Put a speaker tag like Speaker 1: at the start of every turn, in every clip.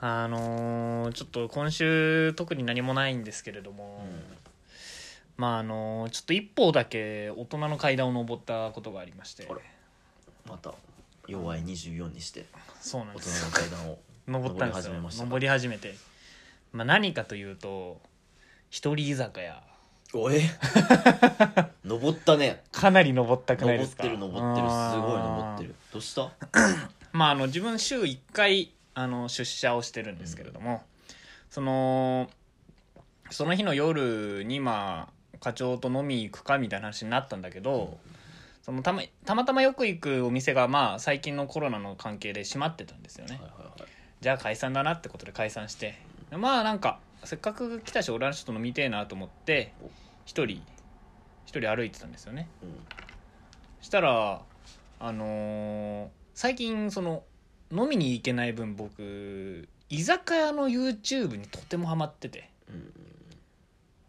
Speaker 1: あのーちょっと今週特に何もないんですけれども、まああのーちょっと一歩だけ大人の階段を登ったことがありまして
Speaker 2: あらまた弱い24にして
Speaker 1: そうなん
Speaker 2: 大
Speaker 1: です
Speaker 2: 人
Speaker 1: よ
Speaker 2: の 階段を
Speaker 1: 登ったんですよ
Speaker 2: 登り始めましたか
Speaker 1: 登り始めて、まあ、何かというと一人居酒屋
Speaker 2: お え登ったね
Speaker 1: かなり登ったくない
Speaker 2: 登
Speaker 1: で
Speaker 2: っ
Speaker 1: すか
Speaker 2: てる登ってるすごい登って
Speaker 1: あー
Speaker 2: るどうした
Speaker 1: まああの自分週1回あの出社をしてるんですけれども、そのその日の夜にまあ課長と飲み行くかみたいな話になったんだけど、そのたまたまたまよく行くお店がまあ最近のコロナの関係で閉まってたんですよね、
Speaker 2: はいはいはい
Speaker 1: じゃあ解散だなってことで解散してまあなんかせっかく来たし俺はちょっと飲みてえなと思って
Speaker 2: お
Speaker 1: 一人一人歩いてたんですよね
Speaker 2: うん
Speaker 1: したらあのー最近その飲みに行けない分僕居酒屋の YouTube にとてもハマってて
Speaker 2: うん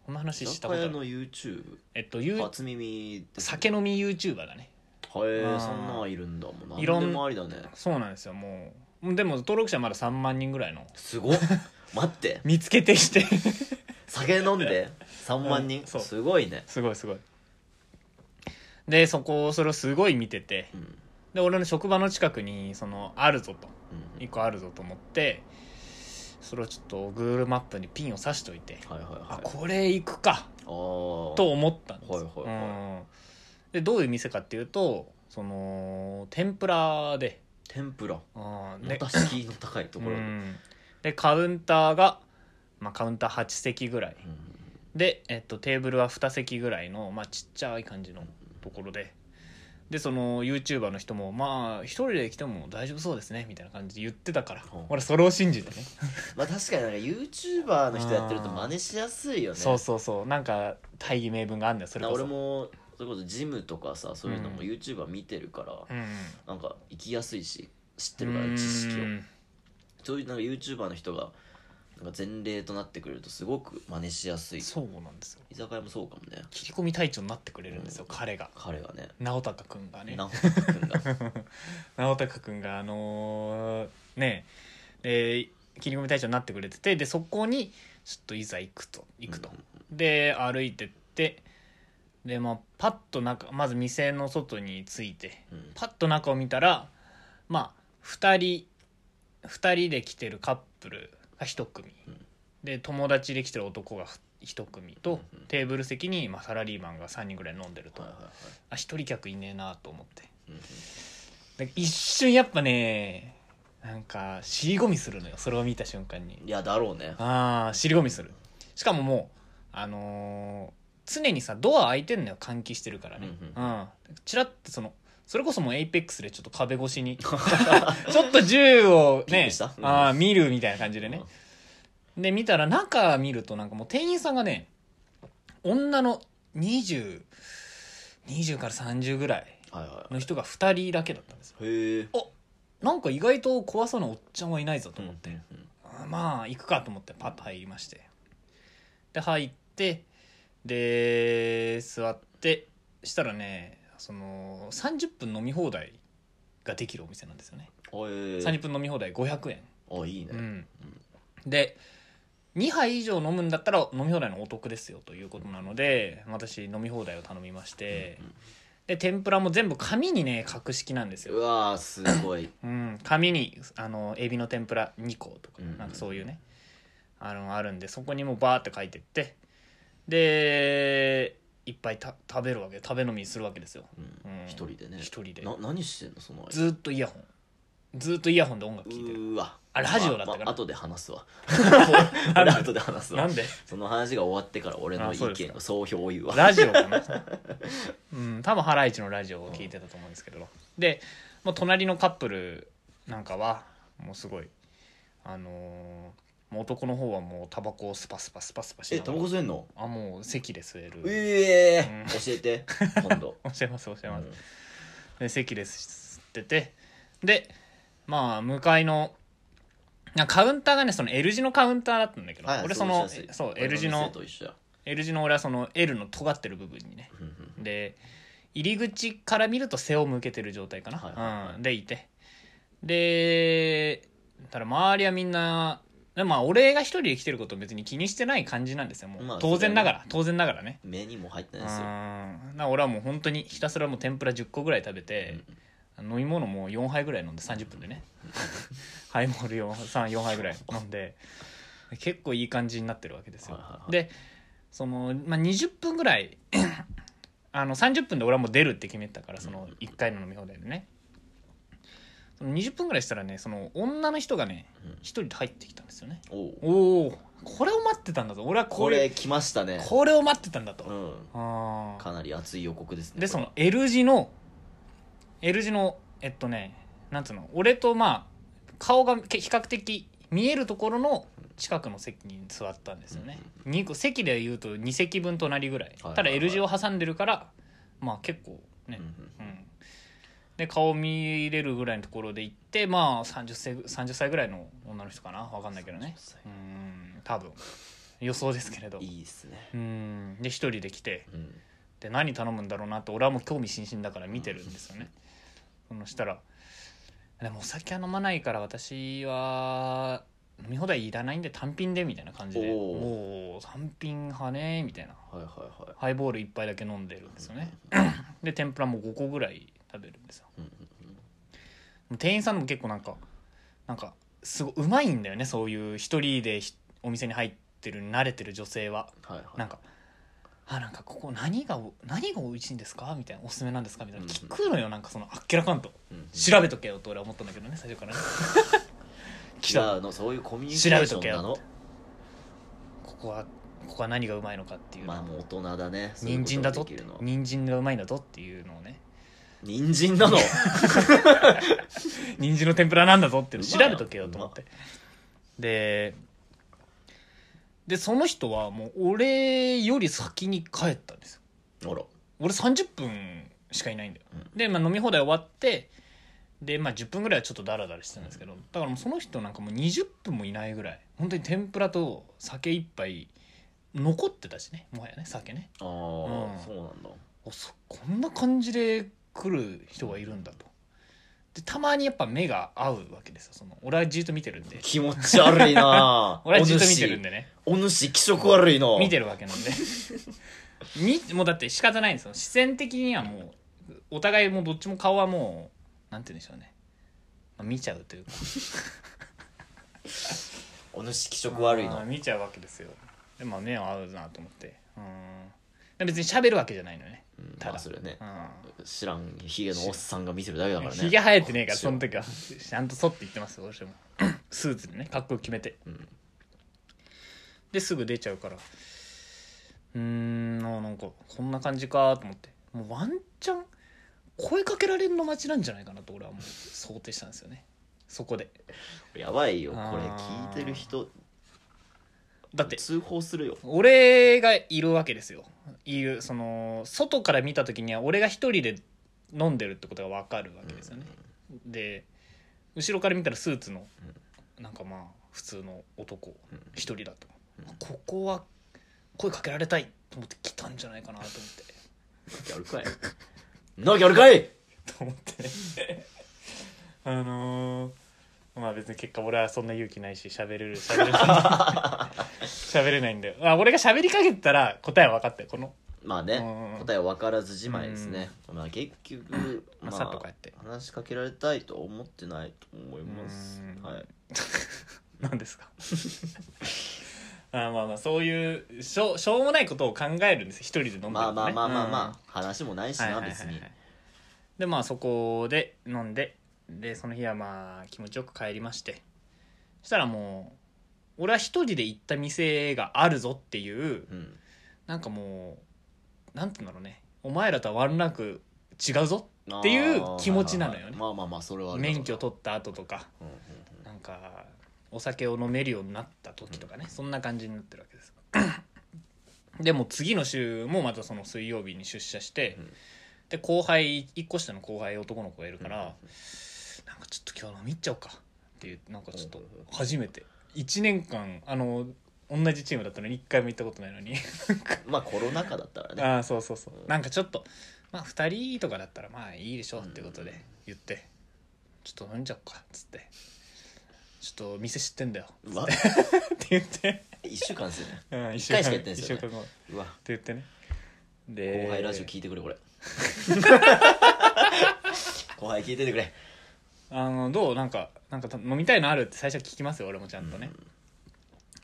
Speaker 1: この話したこ
Speaker 2: 酒
Speaker 1: とあ
Speaker 2: 屋
Speaker 1: る
Speaker 2: の YouTube
Speaker 1: えっとゆう
Speaker 2: 初耳です
Speaker 1: 酒飲み YouTuber だね
Speaker 2: へ
Speaker 1: あ
Speaker 2: え
Speaker 1: ー
Speaker 2: そんなんいるんだもん
Speaker 1: いろん
Speaker 2: 何でもありだね
Speaker 1: そうなんですよもうでも登録者まだ3万人ぐらいの
Speaker 2: す ごっ待って
Speaker 1: 見つけてして
Speaker 2: 酒飲んで3万
Speaker 1: う
Speaker 2: 人
Speaker 1: んそう
Speaker 2: すごいね
Speaker 1: すごいすごいでそこそれをすごい見てて
Speaker 2: うん
Speaker 1: で俺の職場の近くにそのあるぞと
Speaker 2: うん
Speaker 1: 1個あるぞと思ってそれをちょっと Google マップにピンを刺しといて
Speaker 2: はいはいはい
Speaker 1: あ
Speaker 2: あ
Speaker 1: これ行くか
Speaker 2: ー
Speaker 1: と思ったんです
Speaker 2: はいはいは
Speaker 1: うんでどういう店かっていうとその天ぷらで
Speaker 2: 天ぷら
Speaker 1: うん
Speaker 2: ま
Speaker 1: で
Speaker 2: た敷居の高いところ
Speaker 1: う
Speaker 2: に
Speaker 1: んでカウンターが、まあ、カウンター8席ぐらい
Speaker 2: うん
Speaker 1: で、えっと、テーブルは2席ぐらいの、まあ、ちっちゃい感じのところででその YouTuber の人も「まあ一人で来ても大丈夫そうですね」みたいな感じで言ってたから
Speaker 2: うん
Speaker 1: 俺それを信じてね
Speaker 2: まあ確かになんか YouTuber の人やってると真似しやすいよね
Speaker 1: そうそうそうなんか大義名分があるんだよそれ
Speaker 2: な
Speaker 1: こそ
Speaker 2: 俺もそれこそジムとかさそういうのも
Speaker 1: うん
Speaker 2: YouTuber 見てるから、
Speaker 1: うんうん
Speaker 2: なんか行きやすいし知ってるから知識を
Speaker 1: うん
Speaker 2: そういうなんか YouTuber の人がなんか前例となってくれるとすごく真似しやすい
Speaker 1: そうなんですよ
Speaker 2: 居酒屋もそうかもね
Speaker 1: 切り込み隊長になってくれるんですよ彼が
Speaker 2: 彼がね
Speaker 1: 直隆くんがね
Speaker 2: 直太 君が
Speaker 1: 直隆くんがあのーねえで切り込み隊長になってくれててでそこにちょっといざ行くと行くと、で歩いてってでまあパッと中まず店の外に着いて
Speaker 2: うんうん
Speaker 1: パッと中を見たらまあ2人2人で来てるカップルが1組、
Speaker 2: うん
Speaker 1: で友達で来てる男が1組と、
Speaker 2: うんうん
Speaker 1: テーブル席に、まあ、サラリーマンが3人ぐらい飲んでると、
Speaker 2: はいはいはい
Speaker 1: あ1人客いねえなと思って
Speaker 2: うんうん
Speaker 1: で一瞬やっぱねなんか尻込みするのよそれを見た瞬間に
Speaker 2: いやだろうね
Speaker 1: ああ尻込みするしかももうあのー常にさドア開いてんのよ換気してるからね
Speaker 2: う
Speaker 1: うんチラッてそのそれこそもうエイペックスでちょっと壁越しに ちょっと銃を
Speaker 2: ピッ
Speaker 1: ね
Speaker 2: てしたうん
Speaker 1: あー見るみたいな感じでねで見たら中見るとなんかもう店員さんがね女の2020から30ぐらい
Speaker 2: はいは
Speaker 1: の人が2人だけだったんですよ
Speaker 2: いへえ
Speaker 1: なんか意外と怖そうなおっちゃんはいないぞと
Speaker 2: と
Speaker 1: 思
Speaker 2: 思
Speaker 1: っ、
Speaker 2: ってて
Speaker 1: あまあ行くかと思ってパッと入りましてで入ってで座ってしたらねその30分飲み放題ができるお店なんですよね
Speaker 2: おえ
Speaker 1: 30分飲み放題500円、
Speaker 2: あいいね
Speaker 1: うんで2杯以上飲むんだったら飲み放題のお得ですよということなので私飲み放題を頼みまして
Speaker 2: うん
Speaker 1: で天ぷらも全部紙にね格式なんですよ
Speaker 2: うわーすごい
Speaker 1: うん、紙にあのエビの天ぷら2個とか、
Speaker 2: うんうん
Speaker 1: なんかそういうねあのあるんでそこにもうバーって書いてってでいっぱいた食べるわけ食べ飲みするわけですよ
Speaker 2: うん
Speaker 1: うん
Speaker 2: 一人でね
Speaker 1: 一人で
Speaker 2: な何してんのその間
Speaker 1: ずーっとイヤホンずーっとイヤホンで音楽
Speaker 2: う
Speaker 1: 聴いてる
Speaker 2: ーわ
Speaker 1: あラジオだったかな
Speaker 2: まあ後で話すわ
Speaker 1: なん
Speaker 2: 俺
Speaker 1: で
Speaker 2: 後で話す
Speaker 1: な
Speaker 2: わ
Speaker 1: んで
Speaker 2: その話が終わってから俺の
Speaker 1: あ
Speaker 2: 意
Speaker 1: そうです
Speaker 2: 見
Speaker 1: か
Speaker 2: の総評を言うわ
Speaker 1: ラジオか なうん多分ハライチのラジオを聞いてたと思うんですけど、で、まあ、隣のカップルなんかはもうすごいあのーもう男の方はもうタバコをスパスパスパスパし
Speaker 2: え
Speaker 1: なが
Speaker 2: タ
Speaker 1: ら
Speaker 2: バコ吸えんの
Speaker 1: あもう席で吸える、
Speaker 2: ええ
Speaker 1: うん
Speaker 2: 教え て今度
Speaker 1: 教えます教えます、
Speaker 2: うん
Speaker 1: で席で吸っててでまあ向かいのなんかカウンターがねその L 字のカウンターだったんだけど、
Speaker 2: はい
Speaker 1: 俺その
Speaker 2: 過ごしやすい
Speaker 1: そう
Speaker 2: 俺
Speaker 1: L 字の
Speaker 2: 店と一緒や
Speaker 1: L 字の俺はその L の尖ってる部分にね
Speaker 2: うんうん
Speaker 1: で入り口から見ると背を向けてる状態かな、
Speaker 2: はいはいはい
Speaker 1: うん、でいてでただ周りはみんなまあ俺が一人で来てることを別に気にしてない感じなんですよもう、
Speaker 2: まあ
Speaker 1: 当然なが
Speaker 2: それは
Speaker 1: ら
Speaker 2: ね
Speaker 1: 当然ながらね
Speaker 2: 目にも入って
Speaker 1: う
Speaker 2: ないですよ
Speaker 1: んな俺はもう本当にひたすらもう天ぷら10個ぐらい食べて、飲み物も4杯ぐらい飲んで30分で ねハイボール34杯ぐらい飲んで結構いい感じになってるわけですよ、
Speaker 2: はいはいはい
Speaker 1: でその、まあ、20分ぐらい あの30分で俺はもう出るって決めてたからその1回の飲み放題でねその20分ぐらいしたらねその女の人がね
Speaker 2: うん
Speaker 1: 1人で入ってきたんですよね
Speaker 2: おう
Speaker 1: おおこれを待ってたんだぞ俺はこ
Speaker 2: これ
Speaker 1: れ
Speaker 2: 来ましたね
Speaker 1: これを待ってたんだと、
Speaker 2: うん
Speaker 1: あー
Speaker 2: かなり熱い予告ですね
Speaker 1: でそ
Speaker 2: これは
Speaker 1: の L 字の L 字のえっとねなんつうの俺とまあ顔がけ比較的見えるところの近くの席に座ったんですよね、二個席で言うと2席分隣ぐらい、
Speaker 2: はいはいはい
Speaker 1: ただ L 字を挟んでるからまあ結構ね、
Speaker 2: うん
Speaker 1: うんで顔見れるぐらいのところで行ってまあ30歳 ,30 歳ぐらいの女の人かな分かんないけどね
Speaker 2: 30歳
Speaker 1: うん多分予想ですけれど
Speaker 2: うんいいですね
Speaker 1: うんで一人で来て
Speaker 2: うん
Speaker 1: で何頼むんだろうなって俺はもう興味津々だから見てるんですよね。そのしたら「でもお酒は飲まないから私は飲み放題いらないんで単品で」みたいな感じで「
Speaker 2: おー
Speaker 1: おー単品派ね」みたいな
Speaker 2: はいはいは
Speaker 1: ハイボール一杯だけ飲んでるんですよね。で天ぷらも5個ぐらい食べるんですよ。
Speaker 2: いうんうん
Speaker 1: 店員さんも結構なんかなんかすごいうまいんだよねそういう一人でひお店に入ってる慣れてる女性は。
Speaker 2: はいはい
Speaker 1: なんか「あなんかここ何がお何が美味しいんですか?」みたいな「おすすめなんですか?」みたいな
Speaker 2: うんうん
Speaker 1: 聞くのよなんかそのあっけらかんと
Speaker 2: うんうん
Speaker 1: 調べとけよと俺は思ったんだけどね最初 からね来
Speaker 2: じゃ
Speaker 1: た
Speaker 2: あのそういうコミュニケーションな
Speaker 1: 調べ
Speaker 2: の
Speaker 1: ここはここは何がうまいのかっていうの
Speaker 2: まあもう大人だねそういう
Speaker 1: 人参
Speaker 2: こと
Speaker 1: だぞっ
Speaker 2: でき
Speaker 1: て
Speaker 2: るのは
Speaker 1: 人参がうまいんだぞっていうのをね
Speaker 2: 人 参なの
Speaker 1: 人参の天ぷらなんだぞっていうのを
Speaker 2: う
Speaker 1: 調
Speaker 2: まい
Speaker 1: べとけよと思ってででその人はもう俺より先に帰ったんですよ
Speaker 2: あら
Speaker 1: 俺30分しかいないんだよ、
Speaker 2: う
Speaker 1: で、まあ、飲み放題終わってで、まあ、10分ぐらいはちょっとダラダラしてたんですけどだからもうその人なんかもう20分もいないぐらい本当に天ぷらと酒一杯残ってたしねもはやね酒ね
Speaker 2: ああ、
Speaker 1: うん
Speaker 2: そうなんだ
Speaker 1: おそこんな感じで来る人がいるんだとでたまにやっぱ目が合うわけですよその俺はじっと見てるんで
Speaker 2: 気持ち悪いな
Speaker 1: 俺はじっと見てるんでね
Speaker 2: お主お主気色悪いな
Speaker 1: 見てるわけなんで みもうだって仕方ないんですよ視線的にはもうお互いもうどっちも顔はもうなんて言うんでしょうね、まあ、見ちゃうというか
Speaker 2: お主気色悪い
Speaker 1: あー
Speaker 2: な
Speaker 1: 見ちゃうわけですよでまあ目は合うなと思ってうんで別に喋るわけじゃないのよね
Speaker 2: うん
Speaker 1: ただ
Speaker 2: まあそれね
Speaker 1: う
Speaker 2: 知らんヒゲのおっさんが見てるだけだか
Speaker 1: ん
Speaker 2: らね
Speaker 1: ひげ生えてねえから
Speaker 2: こっちは
Speaker 1: その時はちゃんと剃って言ってますよ私も スーツでね格好決めて
Speaker 2: うん
Speaker 1: ですぐ出ちゃうからうーんあなんかこんな感じかと思ってもうワンチャン声かけられるの待ちなんじゃないかなと俺はもう想定したんですよねそこで
Speaker 2: やばいよこれ
Speaker 1: あー
Speaker 2: 聞いてる人
Speaker 1: だって
Speaker 2: 通報するよ
Speaker 1: 俺がいるわけですよいるその外から見た時には俺が一人で飲んでるってことが分かるわけですよね、で後ろから見たらスーツの、なんかまあ普通の男
Speaker 2: うん
Speaker 1: 一人だと、ここは声かけられたいと思って来たんじゃないかなと思って
Speaker 2: やるかい なやるかい
Speaker 1: と思ってね あのーまあ別に結果俺はそんな勇気ないし喋れる喋れない 喋れないんだよ、まあ、俺が喋りかけてたら答えは分かったよこ の
Speaker 2: まあ
Speaker 1: うんうん
Speaker 2: ね答えは分からずじまいですねまあ結局
Speaker 1: まあさっと帰って
Speaker 2: 話しかけられたいとは思ってないと思います
Speaker 1: うん
Speaker 2: はい
Speaker 1: 何ですか あまあまあそういうしょうしょうもないことを考えるんです一人で飲んでると、ね、
Speaker 2: まあまあまあまあ
Speaker 1: うん
Speaker 2: まあ話もないし
Speaker 1: はいは
Speaker 2: ない
Speaker 1: はい
Speaker 2: 別に
Speaker 1: はいでまあそこで飲んででその日はまあ気持ちよく帰りましてそしたらもう俺は一人で行った店があるぞっていう
Speaker 2: うん
Speaker 1: なんかもうなんて言うんだろうねお前らとはワンランク違うぞっていう気持ちなのよね
Speaker 2: あーはいはいはいまあまあまあそれはあるだろうな
Speaker 1: 免許取った後とか
Speaker 2: うんうん
Speaker 1: なんかお酒を飲めるようになった時とかね、そんな感じになってるわけです でも次の週もまたその水曜日に出社して、
Speaker 2: うん
Speaker 1: で後輩1個下の後輩男の子がいるから、
Speaker 2: うん
Speaker 1: なんかちょっと今日飲み行っちゃおうかっていうなんかちょっと
Speaker 2: うんうんうん
Speaker 1: 初めて1年間あの同じチームだったのに1回も行ったことないのに
Speaker 2: うんまあコロナ禍だったらね
Speaker 1: ああそうそうそうなんかちょっとまあ2人とかだったらまあいいでしょうってことで言って、ちょっと飲んじゃおうかっつってちょっと店知ってんだよ
Speaker 2: うわ
Speaker 1: って言って、
Speaker 2: 1週間ですよね
Speaker 1: うん、一
Speaker 2: 一回しかやってないです
Speaker 1: 週
Speaker 2: よ
Speaker 1: 間
Speaker 2: ね
Speaker 1: 後って
Speaker 2: うわ
Speaker 1: 言ってねで
Speaker 2: 後輩ラジオ聞いてくれ これ後輩聞いててくれ
Speaker 1: あのどうなんかなんか飲みたいのあるって最初聞きますよ俺もちゃんとね、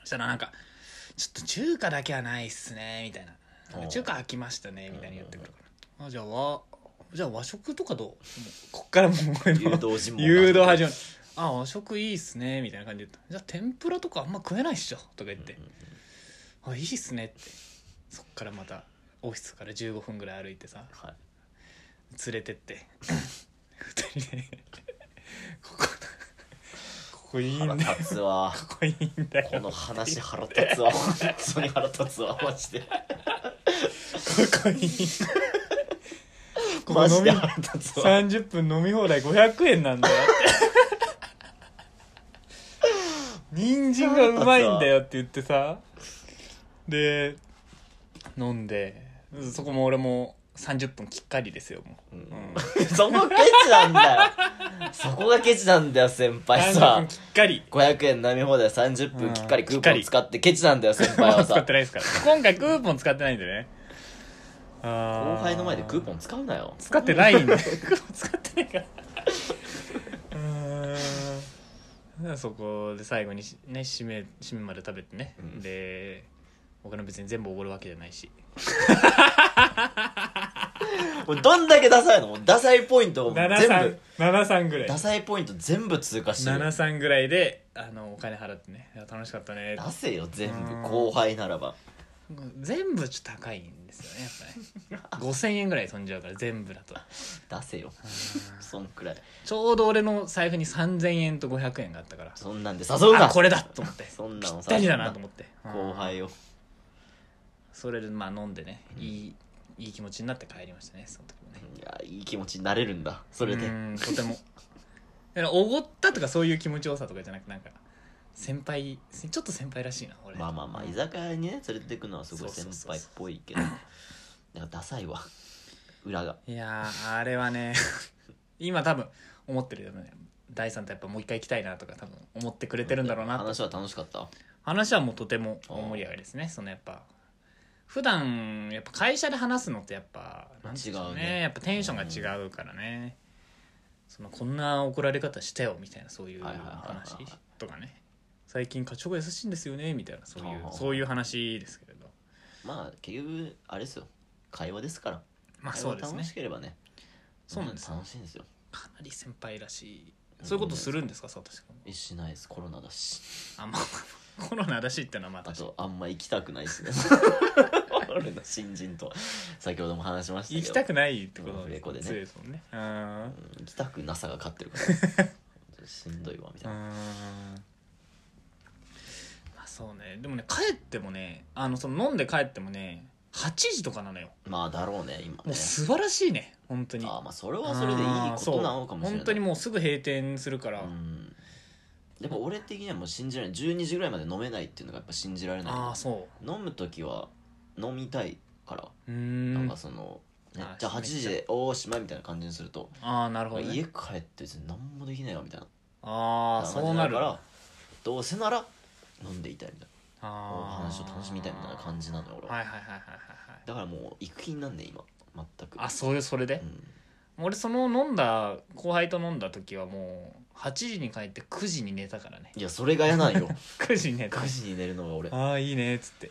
Speaker 1: そしたらなんか「ちょっと中華だけはないっすね」みたいな「なん
Speaker 2: お
Speaker 1: か
Speaker 2: う
Speaker 1: 中華飽きましたね」みたいに言ってくるから、あじゃあ和じゃあ和食とかどうもうこっ からもう俺の
Speaker 2: 誘導尋問
Speaker 1: 誘導始まる「あ和食いいっすね」みたいな感じで言ったじゃあ天ぷらとかあんま食えないっしょ」とか言って
Speaker 2: うんう
Speaker 1: 「
Speaker 2: ん
Speaker 1: あいいっすね」ってそっからまたオフィスから15分ぐらい歩いてさ
Speaker 2: はい
Speaker 1: 連れてって二人でここここいいんだ
Speaker 2: 腹
Speaker 1: よ
Speaker 2: 立つわ
Speaker 1: ここいいんだよ
Speaker 2: この話腹立 つわ本当に腹立つわマジで
Speaker 1: ここいいここ
Speaker 2: マジ
Speaker 1: 飲み
Speaker 2: で腹立つわ
Speaker 1: 30分飲み放題500円なんだよ人参がうまいんだよって言ってさで飲んでそこも俺も30分きっかりですよも
Speaker 2: う
Speaker 1: う、うん
Speaker 2: ん そこケチなんだよそこがケチなんだよ先輩
Speaker 1: 30
Speaker 2: さ
Speaker 1: 分きっかり
Speaker 2: 500円飲み放題30分きっかり
Speaker 1: うん
Speaker 2: クーポン使ってケチなんだよ先
Speaker 1: クー
Speaker 2: 輩
Speaker 1: ポ
Speaker 2: は
Speaker 1: ン使っ
Speaker 2: さ
Speaker 1: てないですから今回クーポン使ってないんでね後
Speaker 2: 後輩の前でクーポ
Speaker 1: ン
Speaker 2: ン使うなよ
Speaker 1: 使ってない んでクーポン使ってないからうーんだからそこで最後にしね締め締めまで食べてね、
Speaker 2: うん
Speaker 1: でお金別に全部おごるわけじゃないし
Speaker 2: もうどんだけダサいのもうダサいポイントを全部
Speaker 1: 7373ぐらい
Speaker 2: ダサいポイント全部通過してる
Speaker 1: 73ぐらいであのお金払ってねいや楽しかったねって
Speaker 2: 出せよ全
Speaker 1: うん
Speaker 2: 部後輩ならば
Speaker 1: 全部ちょっと高いんですよねやっぱね5000円ぐらい飛んじゃうから全部だと
Speaker 2: 出せよそんくらい
Speaker 1: ちょうど俺の財布に3000円と500円があったから
Speaker 2: そんなんで誘うな
Speaker 1: あこれだと思って
Speaker 2: そんなの
Speaker 1: ぴったりだなと思って
Speaker 2: 後
Speaker 1: うん
Speaker 2: 輩を
Speaker 1: それでまあ飲んでねいいいい気持ちになって帰りましたねその時もね
Speaker 2: いやいい気持ちになれるんだそれで
Speaker 1: うんとても だからおごったとかそういう気持ちよさとかじゃなくなんか先輩ちょっと先輩らしいな俺
Speaker 2: まあまあまあ居酒屋にね連れてくのはすごい
Speaker 1: そう
Speaker 2: 先
Speaker 1: そうそう
Speaker 2: 輩っぽいけどなんかダサいわ裏が
Speaker 1: いやーあれはね 今多分思ってるよね第三とやっぱもう一回行きたいなとか多分思ってくれてるんだろうなと
Speaker 2: 話は楽しかった
Speaker 1: 話はもうとても大盛り上がりですねそのやっぱ普段やっぱ会社で話すのってやっぱなんていうんでしょ
Speaker 2: 違うね
Speaker 1: やっぱテンションが違うからね、そのこんな怒られ方したよみたいなそういう
Speaker 2: はいはいはいはい
Speaker 1: 話とかね最近課長が優しいんですよねみたいなそういう
Speaker 2: あー
Speaker 1: そういう話ですけれど
Speaker 2: まあ結局あれですよ会話ですから
Speaker 1: まあそうです
Speaker 2: 会話楽
Speaker 1: ね
Speaker 2: しければね
Speaker 1: そうなんですよ
Speaker 2: 楽しいんですよ
Speaker 1: かなり先輩らしいそういうことするんですか佐藤君
Speaker 2: えしないですコロナだし
Speaker 1: あまあコロナらしいってのはまあ
Speaker 2: あ
Speaker 1: 確かに
Speaker 2: とあんま行きたくな いですね俺の新人と先ほども話しましたけど
Speaker 1: 行きたくないってこ
Speaker 2: う
Speaker 1: と
Speaker 2: んレコでね
Speaker 1: そうですもんねうん
Speaker 2: うん行きたくなさが勝っ てるからしんどいわみ
Speaker 1: う
Speaker 2: た
Speaker 1: ー
Speaker 2: い
Speaker 1: ん
Speaker 2: な
Speaker 1: まあそうねでもね帰ってもねあのその飲んで帰ってもね8時とかなのよ
Speaker 2: まあだろうね今
Speaker 1: も
Speaker 2: ね
Speaker 1: う素晴らしいね本当に
Speaker 2: あーまあそれはそれでいいことなのかもしれない
Speaker 1: 本当にもうすぐ閉店するから、
Speaker 2: うんでも俺的にはもう信じられない12時ぐらいまで飲めないっていうのがやっぱ信じられ
Speaker 1: あ
Speaker 2: な
Speaker 1: あそ
Speaker 2: い飲む時は飲みたいから、
Speaker 1: ううー
Speaker 2: なん
Speaker 1: ん
Speaker 2: かその、ね
Speaker 1: あー
Speaker 2: じゃあ8時でおーしまいみたいな感じにすると、
Speaker 1: ああなるほど、
Speaker 2: 家
Speaker 1: ね、
Speaker 2: 帰って別に何もできないわみたいな
Speaker 1: ああ
Speaker 2: 感
Speaker 1: そ
Speaker 2: じ
Speaker 1: う
Speaker 2: に
Speaker 1: な
Speaker 2: な
Speaker 1: る
Speaker 2: るからどうせなら飲んでいたいみたいなお
Speaker 1: あ
Speaker 2: 話を楽しみたいみたいな感じなのよ俺
Speaker 1: じ
Speaker 2: は、
Speaker 1: はいはいはいはいはいはい
Speaker 2: だからもう行く気になんね今全く
Speaker 1: あそういうそれで
Speaker 2: う、ん
Speaker 1: 俺その飲んだ後輩と飲んだ時はもう8時に帰って9時に寝たからね
Speaker 2: いやそれが嫌なんよ
Speaker 1: 9時に寝た
Speaker 2: 9時に寝るのが俺
Speaker 1: ああいいねっつって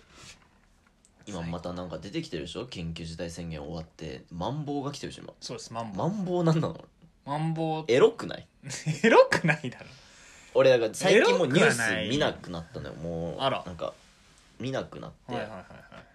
Speaker 2: 今またなんか出てきてるでしょ緊急事態宣言終わってマンボウが来てるでしょ今
Speaker 1: そうですマンボ
Speaker 2: マンボウなんなの
Speaker 1: ウマンボウ って
Speaker 2: エロくない
Speaker 1: エロくないだろ
Speaker 2: 俺だから最近もうニュー
Speaker 1: エロくはない
Speaker 2: ス見なくなったのよもう
Speaker 1: あら
Speaker 2: なんか見なくなって、
Speaker 1: はいはいはい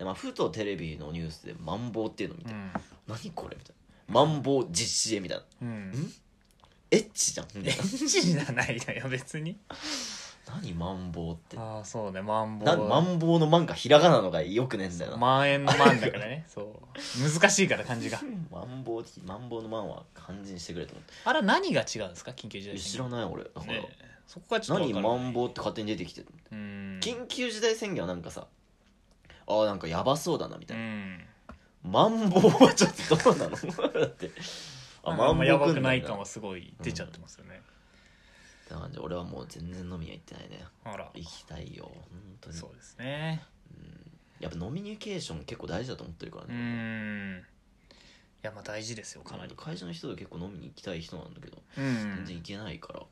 Speaker 2: でまあ、ふとテレビのニュースで「マンボウ」っていうの見て
Speaker 1: はい
Speaker 2: 「何これ」みたいな「マンボウ実施へ」みたいな
Speaker 1: うん、うん、
Speaker 2: 「エッチじゃん」みたい な
Speaker 1: エッチじゃないだよ別に
Speaker 2: 「何マンボウ」って
Speaker 1: ああそうねマンボウ
Speaker 2: なんマンボウの「マン」がひらがなのがよくねえんだよな、
Speaker 1: 万円の万だから ねそう難しいから漢字が
Speaker 2: マンボウってマンボウの「マン」は漢字にしてくれと思って
Speaker 1: あれは何が違うんですか緊急事
Speaker 2: いや
Speaker 1: 態
Speaker 2: 知
Speaker 1: 宣
Speaker 2: らない俺だから、
Speaker 1: 言ねえそこがちょっと
Speaker 2: 何
Speaker 1: わから
Speaker 2: マ
Speaker 1: ない
Speaker 2: ンボウって勝手に出てきてる
Speaker 1: うん
Speaker 2: 緊急事態宣言はなんかさあーなんかやばそうだなみた
Speaker 1: う
Speaker 2: いな、
Speaker 1: ん
Speaker 2: マンボウはちょっとどうなの だって
Speaker 1: あんまやばくない
Speaker 2: か
Speaker 1: 感
Speaker 2: も
Speaker 1: はすごい出ちゃってますよね、
Speaker 2: てな感じで俺はもう全然飲みには行ってないね
Speaker 1: あら
Speaker 2: 行きたいよ本当に
Speaker 1: そうですね
Speaker 2: やっぱ飲みニケーション結構大事だと思ってるから
Speaker 1: う
Speaker 2: ね、
Speaker 1: んいやまあ大事ですよか
Speaker 2: か
Speaker 1: な
Speaker 2: な
Speaker 1: り
Speaker 2: り会社の人と結構飲みに行きたい人なんだけど、
Speaker 1: う
Speaker 2: 全
Speaker 1: ん
Speaker 2: 然行けないから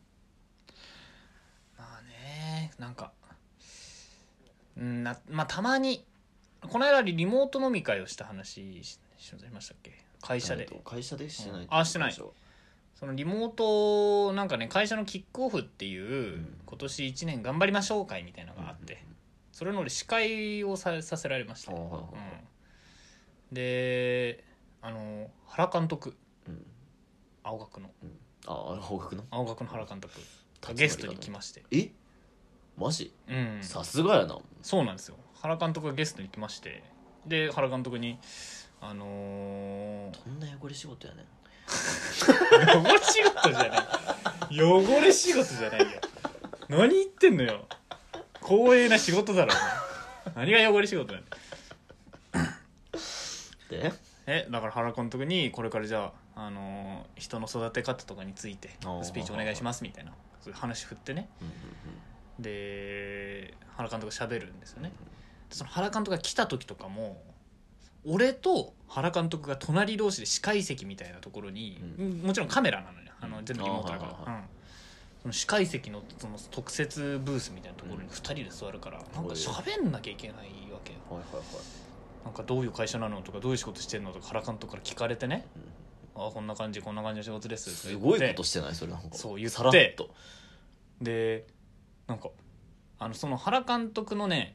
Speaker 1: まあねなんかうんなまあたまにこの間リモート飲み会をした話ししましたっけ会社で
Speaker 2: 誰と会社でしてない
Speaker 1: あしてない
Speaker 2: でょ
Speaker 1: そのリモートなんかね会社のキックオフっていう、
Speaker 2: うん
Speaker 1: 今年1年頑張りましょう会みたいなのがあって、それの俺司会をささせられました、
Speaker 2: ああ
Speaker 1: うん、
Speaker 2: はいはいはい
Speaker 1: であの原監督
Speaker 2: うん
Speaker 1: 青学の
Speaker 2: うんああれ報告の
Speaker 1: 青学の原監督がゲストに来まして、
Speaker 2: えマジ
Speaker 1: うん、
Speaker 2: さすがやな
Speaker 1: そうなんですよ原監督がゲストに来ましてで原監督に「あのー
Speaker 2: こんな汚れ仕事やねん
Speaker 1: 汚れ仕事じゃない汚れ仕事じゃないよ何言ってんのよ光栄な仕事だろお前何が汚れ仕事なんだ
Speaker 2: で
Speaker 1: えだから原監督にこれからじゃあ、あのー人の育て方とかについて
Speaker 2: あー
Speaker 1: スピーチお願いしますみたいなそういう話振ってね
Speaker 2: うん
Speaker 1: で原監督が喋るんですよねでその原監督が来た時とかも俺と原監督が隣同士で司会席みたいなところに、
Speaker 2: う
Speaker 1: もちろんカメラなのよあの
Speaker 2: うん
Speaker 1: 全部リモートだか
Speaker 2: あーはい
Speaker 1: ら、うんその司会席のその特設ブースみたいなところに2人で座るから、なんか喋んなきゃいけないわけよ
Speaker 2: うんはいはいはい
Speaker 1: なんかどういう会社なのとかどういう仕事してんのとか原監督から聞かれてね
Speaker 2: う
Speaker 1: 「
Speaker 2: ん
Speaker 1: あーこんな感じこんな感じの仕事です」
Speaker 2: すごい
Speaker 1: とか言
Speaker 2: こ
Speaker 1: って
Speaker 2: としてないそれなんか
Speaker 1: そう言って
Speaker 2: さらっと
Speaker 1: でなんかあのその原監督のね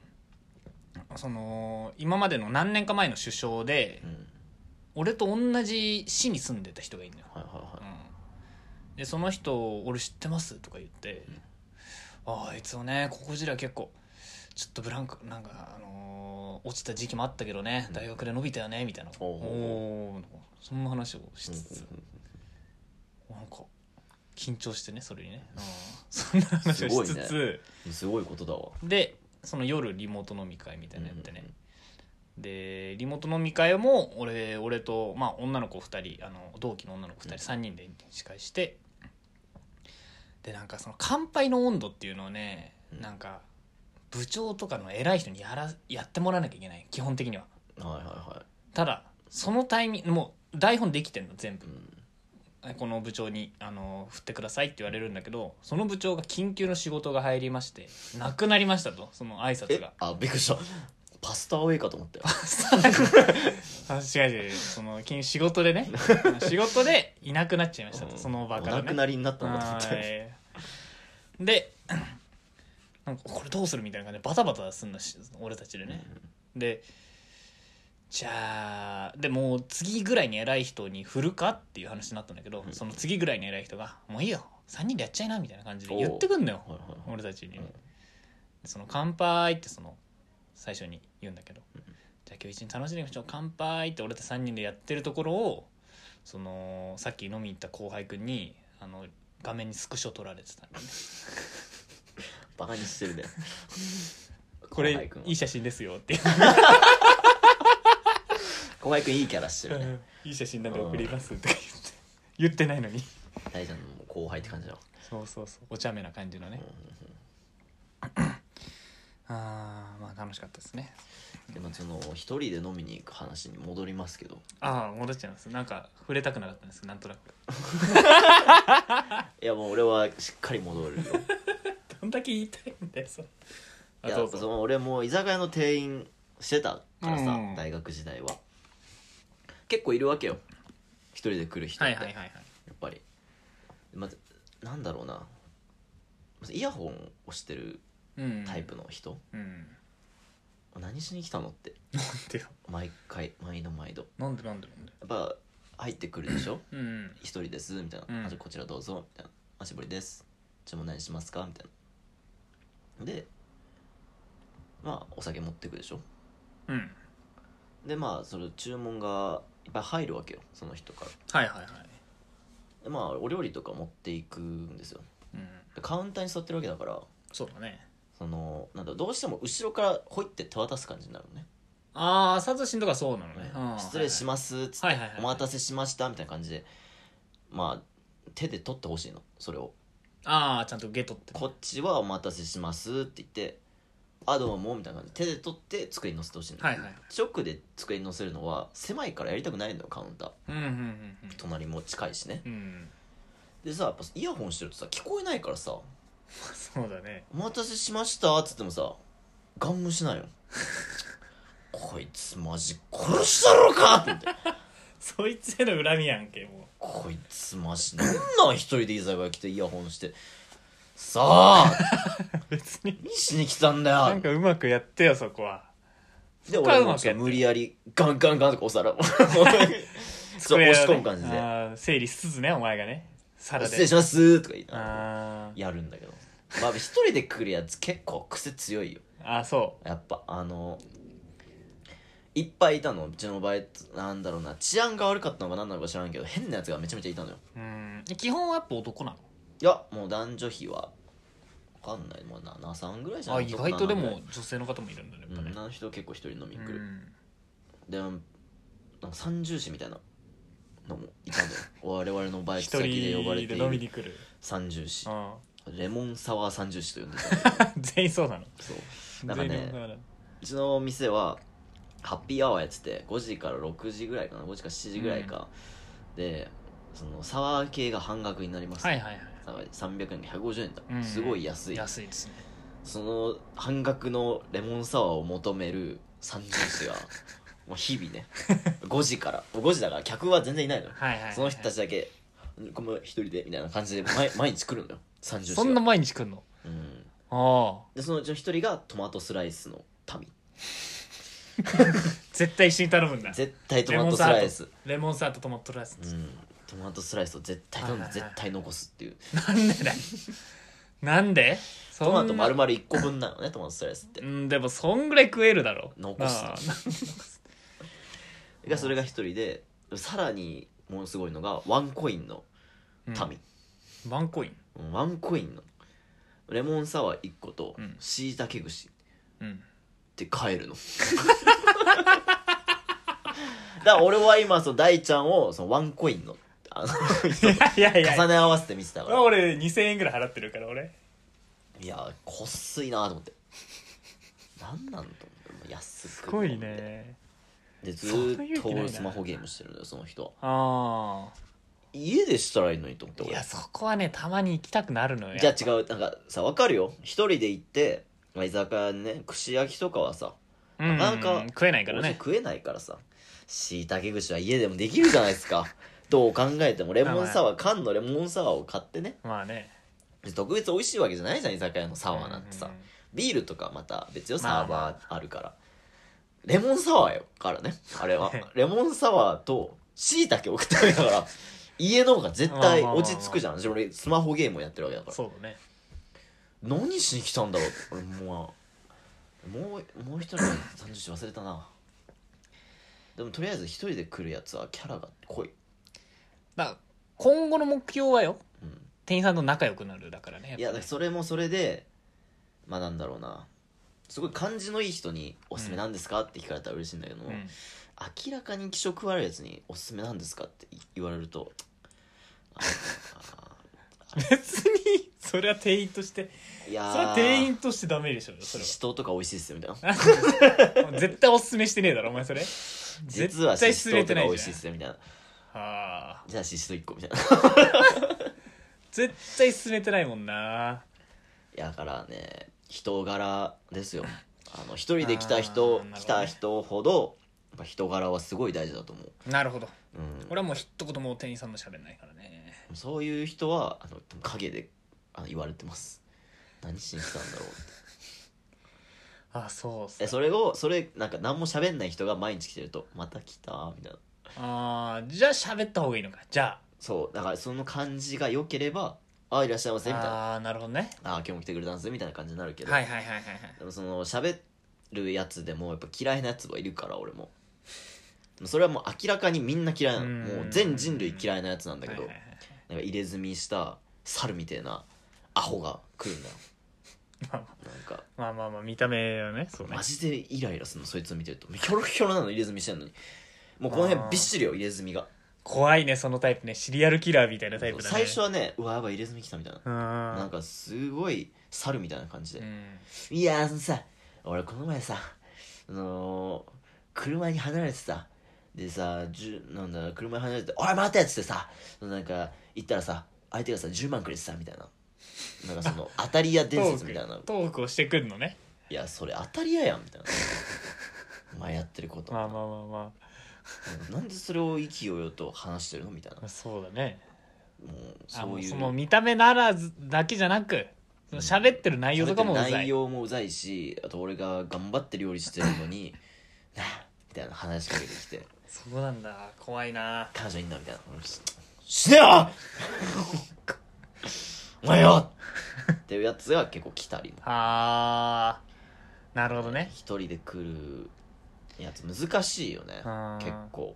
Speaker 1: その今までの何年か前の首相で、
Speaker 2: うん
Speaker 1: 俺と同じ市に住んでた人がいるのよ、
Speaker 2: はいはいは
Speaker 1: うん、でその人「俺知ってます」とか言って
Speaker 2: うん
Speaker 1: 「あああいつもねここ時代結構ちょっとブランクなんかあのー落ちた時期もあったけどね
Speaker 2: うん
Speaker 1: 大学で伸びたよね」みたいな、
Speaker 2: ほうほう
Speaker 1: おーそんな話をし
Speaker 2: い
Speaker 1: つつ、
Speaker 2: うん
Speaker 1: なんか緊張してねそれにね、うんそんな話をしつ
Speaker 2: す
Speaker 1: つ、
Speaker 2: ごうんすごいことだわ
Speaker 1: でその夜リモート飲み会みたいなのやってね、でリモート飲み会も俺俺と、まあ、女の子2人あの同期の女の子2
Speaker 2: うん
Speaker 1: 人3人で司会して、でなんかその乾杯の温度っていうのをね、
Speaker 2: うん
Speaker 1: なんか部長とかの偉い人にやらやってもらわなきゃいけない基本的には
Speaker 2: うんはいはいは
Speaker 1: ただそのタイミングもう台本できてんの全
Speaker 2: い
Speaker 1: 部
Speaker 2: うん
Speaker 1: この部長にあの振ってくださいって言われるんだけどその部長が緊急の仕事が入りまして亡くなりましたとその挨拶
Speaker 2: え
Speaker 1: が
Speaker 2: あびっくりしたパスタアウェイかと思ったよ
Speaker 1: あ違う違う違うそのき仕事で ね仕事でいなくなっちゃいましたと、
Speaker 2: うん
Speaker 1: その場か
Speaker 2: お
Speaker 1: ら
Speaker 2: 亡く
Speaker 1: ね
Speaker 2: なりになったのかと思ったよ
Speaker 1: はいで なんかこれどうするみたいな感じでバタバタすんのし俺たちでね、でじゃあでもう次ぐらいに偉い人に振るかっていう話になったんだけど、
Speaker 2: うん
Speaker 1: その次ぐらいに偉い人が「もういいよ3人でやっちゃいな」みたいな感じで言ってくんのよ
Speaker 2: はいはいはい
Speaker 1: 俺たちにね、
Speaker 2: うん
Speaker 1: でその「乾杯」ってその最初に言うんだけど、
Speaker 2: うん
Speaker 1: じゃあ今日一日楽しんでいきましょう乾杯って俺たち3人でやってるところをそのさっき飲みに行った後輩くんにあの画面にスクショ撮られてたんだよね
Speaker 2: バカにしてるね
Speaker 1: こ
Speaker 2: 後
Speaker 1: れ
Speaker 2: 輩くんはい
Speaker 1: い写真ですよって
Speaker 2: 小林君いいキャラしてるね
Speaker 1: いい写真なんで送りますとか言って言ってないのに
Speaker 2: 大ちゃんのもう後輩って感じだわ
Speaker 1: そうそうそうお茶目な感じのね、ああまあ楽しかったですね
Speaker 2: でもその一人で飲みに行く話に戻りますけど
Speaker 1: ああ戻っちゃいますなんか触れたくなかったんですけどなんとなく
Speaker 2: いやもう俺はしっかり戻るよ
Speaker 1: どんだけ言いたいんだよそれ
Speaker 2: いやその俺もう居酒屋の店員してたからさ、
Speaker 1: うん
Speaker 2: 大学時代は結構いるわけよ一人で来る人っ
Speaker 1: は
Speaker 2: て、
Speaker 1: いはいはいはい
Speaker 2: やっぱりまずなんだろうなまずイヤホンをしてる
Speaker 1: うん
Speaker 2: タイプの人、
Speaker 1: うん
Speaker 2: 何しに来たのって
Speaker 1: なんでよ
Speaker 2: 毎回毎度毎度
Speaker 1: なんでなんでなんで
Speaker 2: やっぱ入ってくるでし ょ
Speaker 1: うん
Speaker 2: 一人ですみたいな、
Speaker 1: うん
Speaker 2: あじゃあこちらどうぞみたいな足しぶりです注文何しますかみたいなでまあお酒持ってくでしょ
Speaker 1: うん
Speaker 2: でまあその注文がいっぱい入るわけよその人から
Speaker 1: はいはいはい
Speaker 2: でまあお料理とか持っていくんですよ
Speaker 1: うん
Speaker 2: でカウンターに座ってるわけだから
Speaker 1: そうだね
Speaker 2: そのなんだろうどうしても後ろからほいって手渡す感じになるのね、
Speaker 1: ああさとしんとかそうなのねうん
Speaker 2: 失礼しますつって、
Speaker 1: はいはいはい
Speaker 2: お待たせしましたみたいな感じでまあ手で取ってほしいのそれを
Speaker 1: ああちゃんと受け取って
Speaker 2: こっちはお待たせしますって言って「あどうも」みたいな感じで手で取って机に乗せてほしいの、
Speaker 1: はいはいはい
Speaker 2: 直で机に乗せるのは狭いからやりたくないのよカウンタ
Speaker 1: う
Speaker 2: ー
Speaker 1: んうん
Speaker 2: 隣も近いしね
Speaker 1: うんうんうん
Speaker 2: でさやっぱイヤホンしてるとさ聞こえないからさ「
Speaker 1: そうだね
Speaker 2: お待たせしました」っつってもさガン無し ないよこいつマジ殺したろかって言って
Speaker 1: そいつへの恨みやんけも
Speaker 2: こいつマジなんなん一人で居酒屋来てイヤホンしてさあ
Speaker 1: う別に
Speaker 2: 何しに来たんだ
Speaker 1: なん
Speaker 2: よ
Speaker 1: かうまくやってよそこは
Speaker 2: で
Speaker 1: そっから
Speaker 2: 俺
Speaker 1: うま
Speaker 2: も
Speaker 1: くやって
Speaker 2: 無理やりガンガンガンとかお皿 をそう
Speaker 1: 机をね
Speaker 2: 押し込む感じで
Speaker 1: あー整理しつつねお前がね
Speaker 2: 「
Speaker 1: 皿で
Speaker 2: 失礼します」とか言いながら
Speaker 1: あー
Speaker 2: やるんだけどまあ一人で来るやつ結構癖強いよ
Speaker 1: あーそ
Speaker 2: やっぱあのいっぱいいたのうちの場合なんだろうな治安が悪かったのか何なのか知らんけど変なやつがめちゃめちゃいたのよ
Speaker 1: ううん基本はやっぱ男なの
Speaker 2: いやもう男女比は分かんないもう7三ぐらいじゃ
Speaker 1: あ
Speaker 2: な
Speaker 1: ー
Speaker 2: い
Speaker 1: 意外とでも女性の方もいるんだねやっぱね
Speaker 2: 女の人結構一人飲みに来
Speaker 1: う
Speaker 2: る、
Speaker 1: ん
Speaker 2: でなんか三重士みたいなのも いたんだよ我々のバイ
Speaker 1: 一
Speaker 2: ト先で呼ばれ
Speaker 1: 人
Speaker 2: て
Speaker 1: で
Speaker 2: い
Speaker 1: 飲み
Speaker 2: る
Speaker 1: に来る
Speaker 2: 三重士
Speaker 1: あ
Speaker 2: レモンサワー三重士と呼ん でた
Speaker 1: ー 全員そうなの
Speaker 2: そうなんか
Speaker 1: 全員
Speaker 2: ね
Speaker 1: そうなの
Speaker 2: うちの店はハッピーアワーやってて5時から6時ぐらいかな5時か7時ぐらいか、でそのサワー系が半額になります、
Speaker 1: はいはいはい
Speaker 2: なんか300円が150円だ、
Speaker 1: うん
Speaker 2: すごい安い
Speaker 1: 安いですね
Speaker 2: その半額のレモンサワーを求める三重 士がもう日々ね5時から5時だから客は全然いないのよ
Speaker 1: はいはいはいはい
Speaker 2: その人たちだけ「ごめん一人で」みたいな感じで毎毎日来るのよ三重士が
Speaker 1: そんな毎日来んの
Speaker 2: うん
Speaker 1: ああ
Speaker 2: でそのうちの一人がトマトスライスの民
Speaker 1: 絶対一緒に頼むんだ
Speaker 2: 絶対トマトスライス
Speaker 1: レモンサワーとトマトスライス
Speaker 2: う、んトマトスライスを絶対頼んで
Speaker 1: はいはいはい
Speaker 2: 絶対残すっていう
Speaker 1: なんでだよなんでそ
Speaker 2: ト
Speaker 1: んな
Speaker 2: マト丸々1個分なのねトマトスライスって
Speaker 1: うんでもそんぐらい食えるだろ
Speaker 2: 残す
Speaker 1: なあ
Speaker 2: がそれが一人でさらにものすごいのがワンコインの
Speaker 1: うん
Speaker 2: 民
Speaker 1: ワンコイン
Speaker 2: うんワンコインのレモンサワー1個と
Speaker 1: うん
Speaker 2: しいたけ串
Speaker 1: うん
Speaker 2: で帰るの だから俺は今その大ちゃんをそのワンコインのあの
Speaker 1: いやいやい
Speaker 2: 重
Speaker 1: や
Speaker 2: ね合わせて見てたから
Speaker 1: 俺2000円ぐらい払ってるから俺
Speaker 2: いやこっすいなと思ってなんなんと思って安く
Speaker 1: すごいね
Speaker 2: でず
Speaker 1: そんな
Speaker 2: ー
Speaker 1: 勇
Speaker 2: っ
Speaker 1: 気ないな
Speaker 2: とスマホゲームしてるのよその人は
Speaker 1: あ
Speaker 2: 家でしたらいいのにと思って
Speaker 1: あい
Speaker 2: 俺
Speaker 1: やそこはねたまに行きたくなるのよ
Speaker 2: じゃあ違うなんかさ分かるよ一人で行って、まあ、居酒屋にね串焼きとかはさ
Speaker 1: うんうん
Speaker 2: なかなか
Speaker 1: 食えないから
Speaker 2: どうせ
Speaker 1: ね
Speaker 2: 食えないからさしいたけ串は家でもできるじゃないです かどう考えてもレモンサワー缶のレモンサワーを買ってね
Speaker 1: まあね
Speaker 2: で特別美味しいわけじゃないじゃん居酒屋のサワーなんてさ、
Speaker 1: うんうんうん
Speaker 2: ビールとかまた別よ
Speaker 1: まあ
Speaker 2: サーバーあるから、レモンサワーよか らねあれはレモンサワーとしいたけを食ってるから 家の方が絶対落ち着くじゃん自分俺スマホゲームをやってるわけだから
Speaker 1: そうだね
Speaker 2: 何しに来たんだろう俺もうもうもう一人の三十忘れたなでもとりあえず一人で来るやつはキャラが濃い、
Speaker 1: だから今後の目標はよ
Speaker 2: うん
Speaker 1: 店員さんと仲良くなるだからねやっぱ
Speaker 2: いやだからそれもそれでまあなんだろうなすごい感じのいい人に「おすすめなんですか?」って聞かれたら嬉しいんだけども、
Speaker 1: うん
Speaker 2: 明らかに気色悪いやつに「おすすめなんですか?」って言われると あ
Speaker 1: 別にそれは店員として
Speaker 2: ーいやー
Speaker 1: それは店員としてダメでしょ それは
Speaker 2: シシトウとか美味しいっすよみたいな
Speaker 1: 絶対おすすめしてねえだろお前それ
Speaker 2: 実
Speaker 1: 絶
Speaker 2: はシ
Speaker 1: 対
Speaker 2: シ
Speaker 1: す
Speaker 2: ト
Speaker 1: れ
Speaker 2: ウと
Speaker 1: て
Speaker 2: か
Speaker 1: な
Speaker 2: 美
Speaker 1: い
Speaker 2: 味し
Speaker 1: じ
Speaker 2: い
Speaker 1: ゃ
Speaker 2: っ
Speaker 1: ん
Speaker 2: すよみたいな
Speaker 1: はあ
Speaker 2: じゃあシシトウ1個みたいな
Speaker 1: 絶対すれてないもんない
Speaker 2: やだからね人柄ですよあの一人で来た
Speaker 1: あーな
Speaker 2: 人、
Speaker 1: るほどね
Speaker 2: 来た人ほどやっぱ人柄はすごい大事だと思う、
Speaker 1: なるほど
Speaker 2: う
Speaker 1: 俺はもう一言も店員さんも喋んないからね
Speaker 2: ん、そういう人はあの陰であの言われてます何しに来たんだろうって
Speaker 1: あそうっす
Speaker 2: えそれをそれなんか何も喋んない人が毎日来てると「また来た」みたいな
Speaker 1: あーじゃあ喋った方がいいのかじゃ
Speaker 2: そうだからその感じが良ければ「あいらっしゃいま
Speaker 1: あ
Speaker 2: せ」みたいな
Speaker 1: あーなるほどね
Speaker 2: 「あ今日も来てくれたんです」みたいな感じになるけど、
Speaker 1: はいはいはいはいはい
Speaker 2: でもその喋るやつでもやっぱ嫌いなやつはいるから俺もでもそれはもう明らかにみんな嫌いなの
Speaker 1: うん
Speaker 2: もう全人類嫌いなやつなんだけど、
Speaker 1: はいはいはい
Speaker 2: なんか入れ墨した猿みたいなアホが来るんだよ
Speaker 1: まあま
Speaker 2: なんか
Speaker 1: あまあまあまあ見た目はねそうね
Speaker 2: マジでイライラするのそいつを見てるとヒョロヒョロなの入れ墨してんのにもうこの辺びっしりよ入れ墨が
Speaker 1: 怖いねそのタイプねシリアルキラーみたいなタイプだね
Speaker 2: 最初はねうわやばい入れ墨来たみたいな、
Speaker 1: うん
Speaker 2: なんかすごい猿みたいな感じで、
Speaker 1: うん
Speaker 2: いやーあのさ俺この前さあのー車に離れてさでさじゅなんだ車に離れて「おい待て!」っつってさなんか行ったらさ相手がさ10万くれてさみたいななんかそ の当たり屋伝説みたいな
Speaker 1: トークをしてくんのね
Speaker 2: いやそれ当たり屋やんみたいなお前やってること、
Speaker 1: まあまあまあま
Speaker 2: なんでそれを意気揚々と話してるのみたいな
Speaker 1: あそうだね
Speaker 2: もう
Speaker 1: あ
Speaker 2: そ
Speaker 1: も
Speaker 2: う
Speaker 1: う
Speaker 2: いう
Speaker 1: その見た目ならずだけじゃなくその喋ってる内容とかもうざ
Speaker 2: 内
Speaker 1: い
Speaker 2: 容もうざいしあと俺が頑張って料理してるのに「なあ」みたいな話しかけてきて
Speaker 1: そうなんだ怖いな
Speaker 2: 「彼女いんの?」みたいな俺し「死ねよ! 」お前よっていうやつが結構来たりも
Speaker 1: あーなるほどね
Speaker 2: 一人で来るやつ難しいよね
Speaker 1: あー
Speaker 2: 結構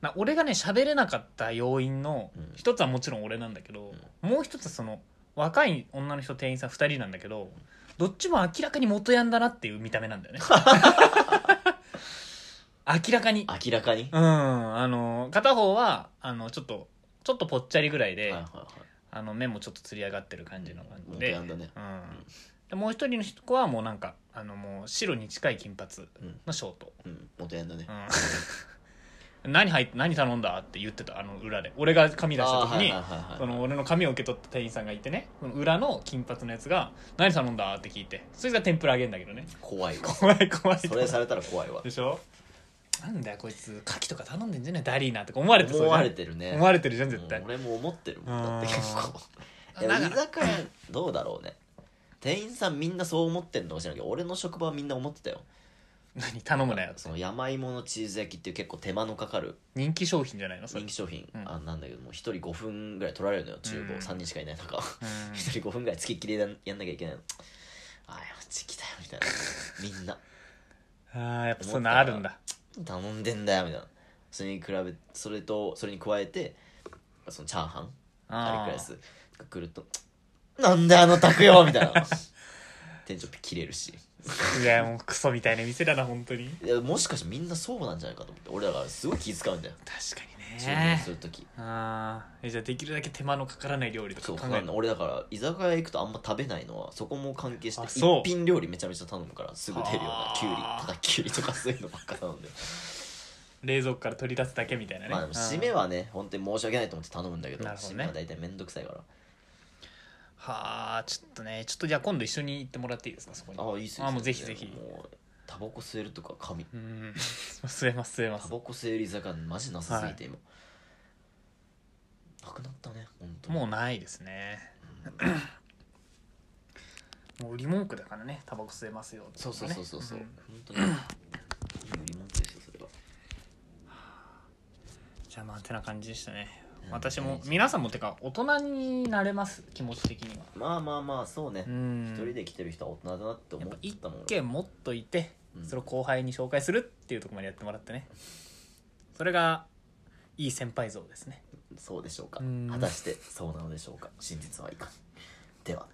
Speaker 1: な俺がね喋れなかった要因の
Speaker 2: うん
Speaker 1: 一つはもちろん俺なんだけど、もう一つはその若い女の人店員さん2人なんだけどどっちも明らかに元ヤンだなっていう見た目なんだよ ね明らかに
Speaker 2: 明らかに、
Speaker 1: うんあの片方はあのちょっとちょっとぽっちゃりぐらいで、
Speaker 2: はいはいは
Speaker 1: あの目もちょっとつり上がってる感じの感
Speaker 2: いも
Speaker 1: じ
Speaker 2: う
Speaker 1: で、
Speaker 2: やんだね
Speaker 1: うんでもう一人の子はもうなんかあのもう白に近い金髪
Speaker 2: うん
Speaker 1: のショート、
Speaker 2: うん元やんだね
Speaker 1: うん何入っ何頼んだって言ってたあの裏で俺が髪出した
Speaker 2: あー
Speaker 1: 時
Speaker 2: はい
Speaker 1: に
Speaker 2: はいはい
Speaker 1: そ
Speaker 2: はい
Speaker 1: の俺の髪を受け取った店員さんがいてねその裏の金髪のやつが「何頼んだ?」って聞いてそいつが天ぷらあげんだけどね
Speaker 2: 怖いわ
Speaker 1: 怖い怖い
Speaker 2: それされたら怖いわ
Speaker 1: でしょなんだよこいつ牡蠣とか頼んでんじゃねえダリーなとか思われてそうじゃん
Speaker 2: 思われてるね
Speaker 1: 思われてるじゃん絶対
Speaker 2: うん俺も思ってるも
Speaker 1: うんん
Speaker 2: だって結構
Speaker 1: あ
Speaker 2: いや
Speaker 1: なん
Speaker 2: 居
Speaker 1: か
Speaker 2: 酒屋どうだろうね店員さんみんなそう思ってんのかしらんけど俺の職場はみんな思ってたよ
Speaker 1: 何頼むなよ
Speaker 2: その山芋のチーズ焼きっていう結構手間のかかる
Speaker 1: 人気商品じゃないのそれ
Speaker 2: 人気商品
Speaker 1: うん
Speaker 2: あなんだけども1人5分ぐらい取られるのよ厨
Speaker 1: う
Speaker 2: 房
Speaker 1: ん
Speaker 2: 3人しかいない中
Speaker 1: うん
Speaker 2: 1人5分ぐらいつきっきりでやんなきゃいけないのああやっち来たよみたいな みんな
Speaker 1: ああやっぱそんなあるんだ
Speaker 2: 頼んでんだよみたいなそれに比べそれとそれに加えてそのチャーハンカリ
Speaker 1: あ
Speaker 2: クラ
Speaker 1: ー
Speaker 2: スが来ると「なんであの宅よ!」みた いな店長切れるし
Speaker 1: いやもうクソみたいな店だな本当に
Speaker 2: いやもしかしてみんなそうなんじゃないかと思って俺だからすごい気遣うんだよ
Speaker 1: 確かに
Speaker 2: 注文
Speaker 1: ね
Speaker 2: する時
Speaker 1: ああじゃあできるだけ手間のかからない料理と
Speaker 2: そう
Speaker 1: か考
Speaker 2: な
Speaker 1: え
Speaker 2: ん
Speaker 1: る
Speaker 2: だ
Speaker 1: の
Speaker 2: 俺だから居酒屋行くとあんま食べないのはそこも関係して
Speaker 1: あそう
Speaker 2: 一品料理めちゃめちゃ頼むからすぐ出るような
Speaker 1: はあ
Speaker 2: きゅうりただきゅうりとかそういうのばっか頼んで
Speaker 1: 冷蔵庫から取り出すだけみたいなね
Speaker 2: まあでも締めはね本当に申し訳ないと思って頼むんだけど
Speaker 1: なるほど
Speaker 2: 締
Speaker 1: ね
Speaker 2: めは大体めんどくさいから
Speaker 1: はあちょっとねちょっとじゃあ今度一緒に行ってもらっていいですかそこに
Speaker 2: ああいいっす
Speaker 1: あもうぜひぜひ
Speaker 2: もうタバコ吸えるとか神
Speaker 1: うん 吸えます吸えま
Speaker 2: タ
Speaker 1: す
Speaker 2: バコ吸える居酒屋マジなさすぎて今、なくなったね本当に
Speaker 1: もうないですねもう売り文句だからねタバコ吸えますよってい
Speaker 2: そうそう
Speaker 1: のね
Speaker 2: そうそうそう、
Speaker 1: ん
Speaker 2: 本 当に今疑問ですよそれは
Speaker 1: じゃあまあてな感じでしたね
Speaker 2: うん
Speaker 1: 私
Speaker 2: 大
Speaker 1: も
Speaker 2: 事
Speaker 1: 皆さんもてか大人になれます気持ち的には
Speaker 2: まあまあまあそうね
Speaker 1: う
Speaker 2: 一
Speaker 1: ん
Speaker 2: 人で来てる人は大人だなって
Speaker 1: やっ
Speaker 2: 思っ
Speaker 1: ぱ一
Speaker 2: たもん
Speaker 1: 件持っといて、
Speaker 2: うん
Speaker 1: それを後輩に紹介するっていうところまでやってもらってねそれがいい先輩像ですね
Speaker 2: そうでしょうか
Speaker 1: うん
Speaker 2: 果たしてそうなのでしょうか真実はいかんでは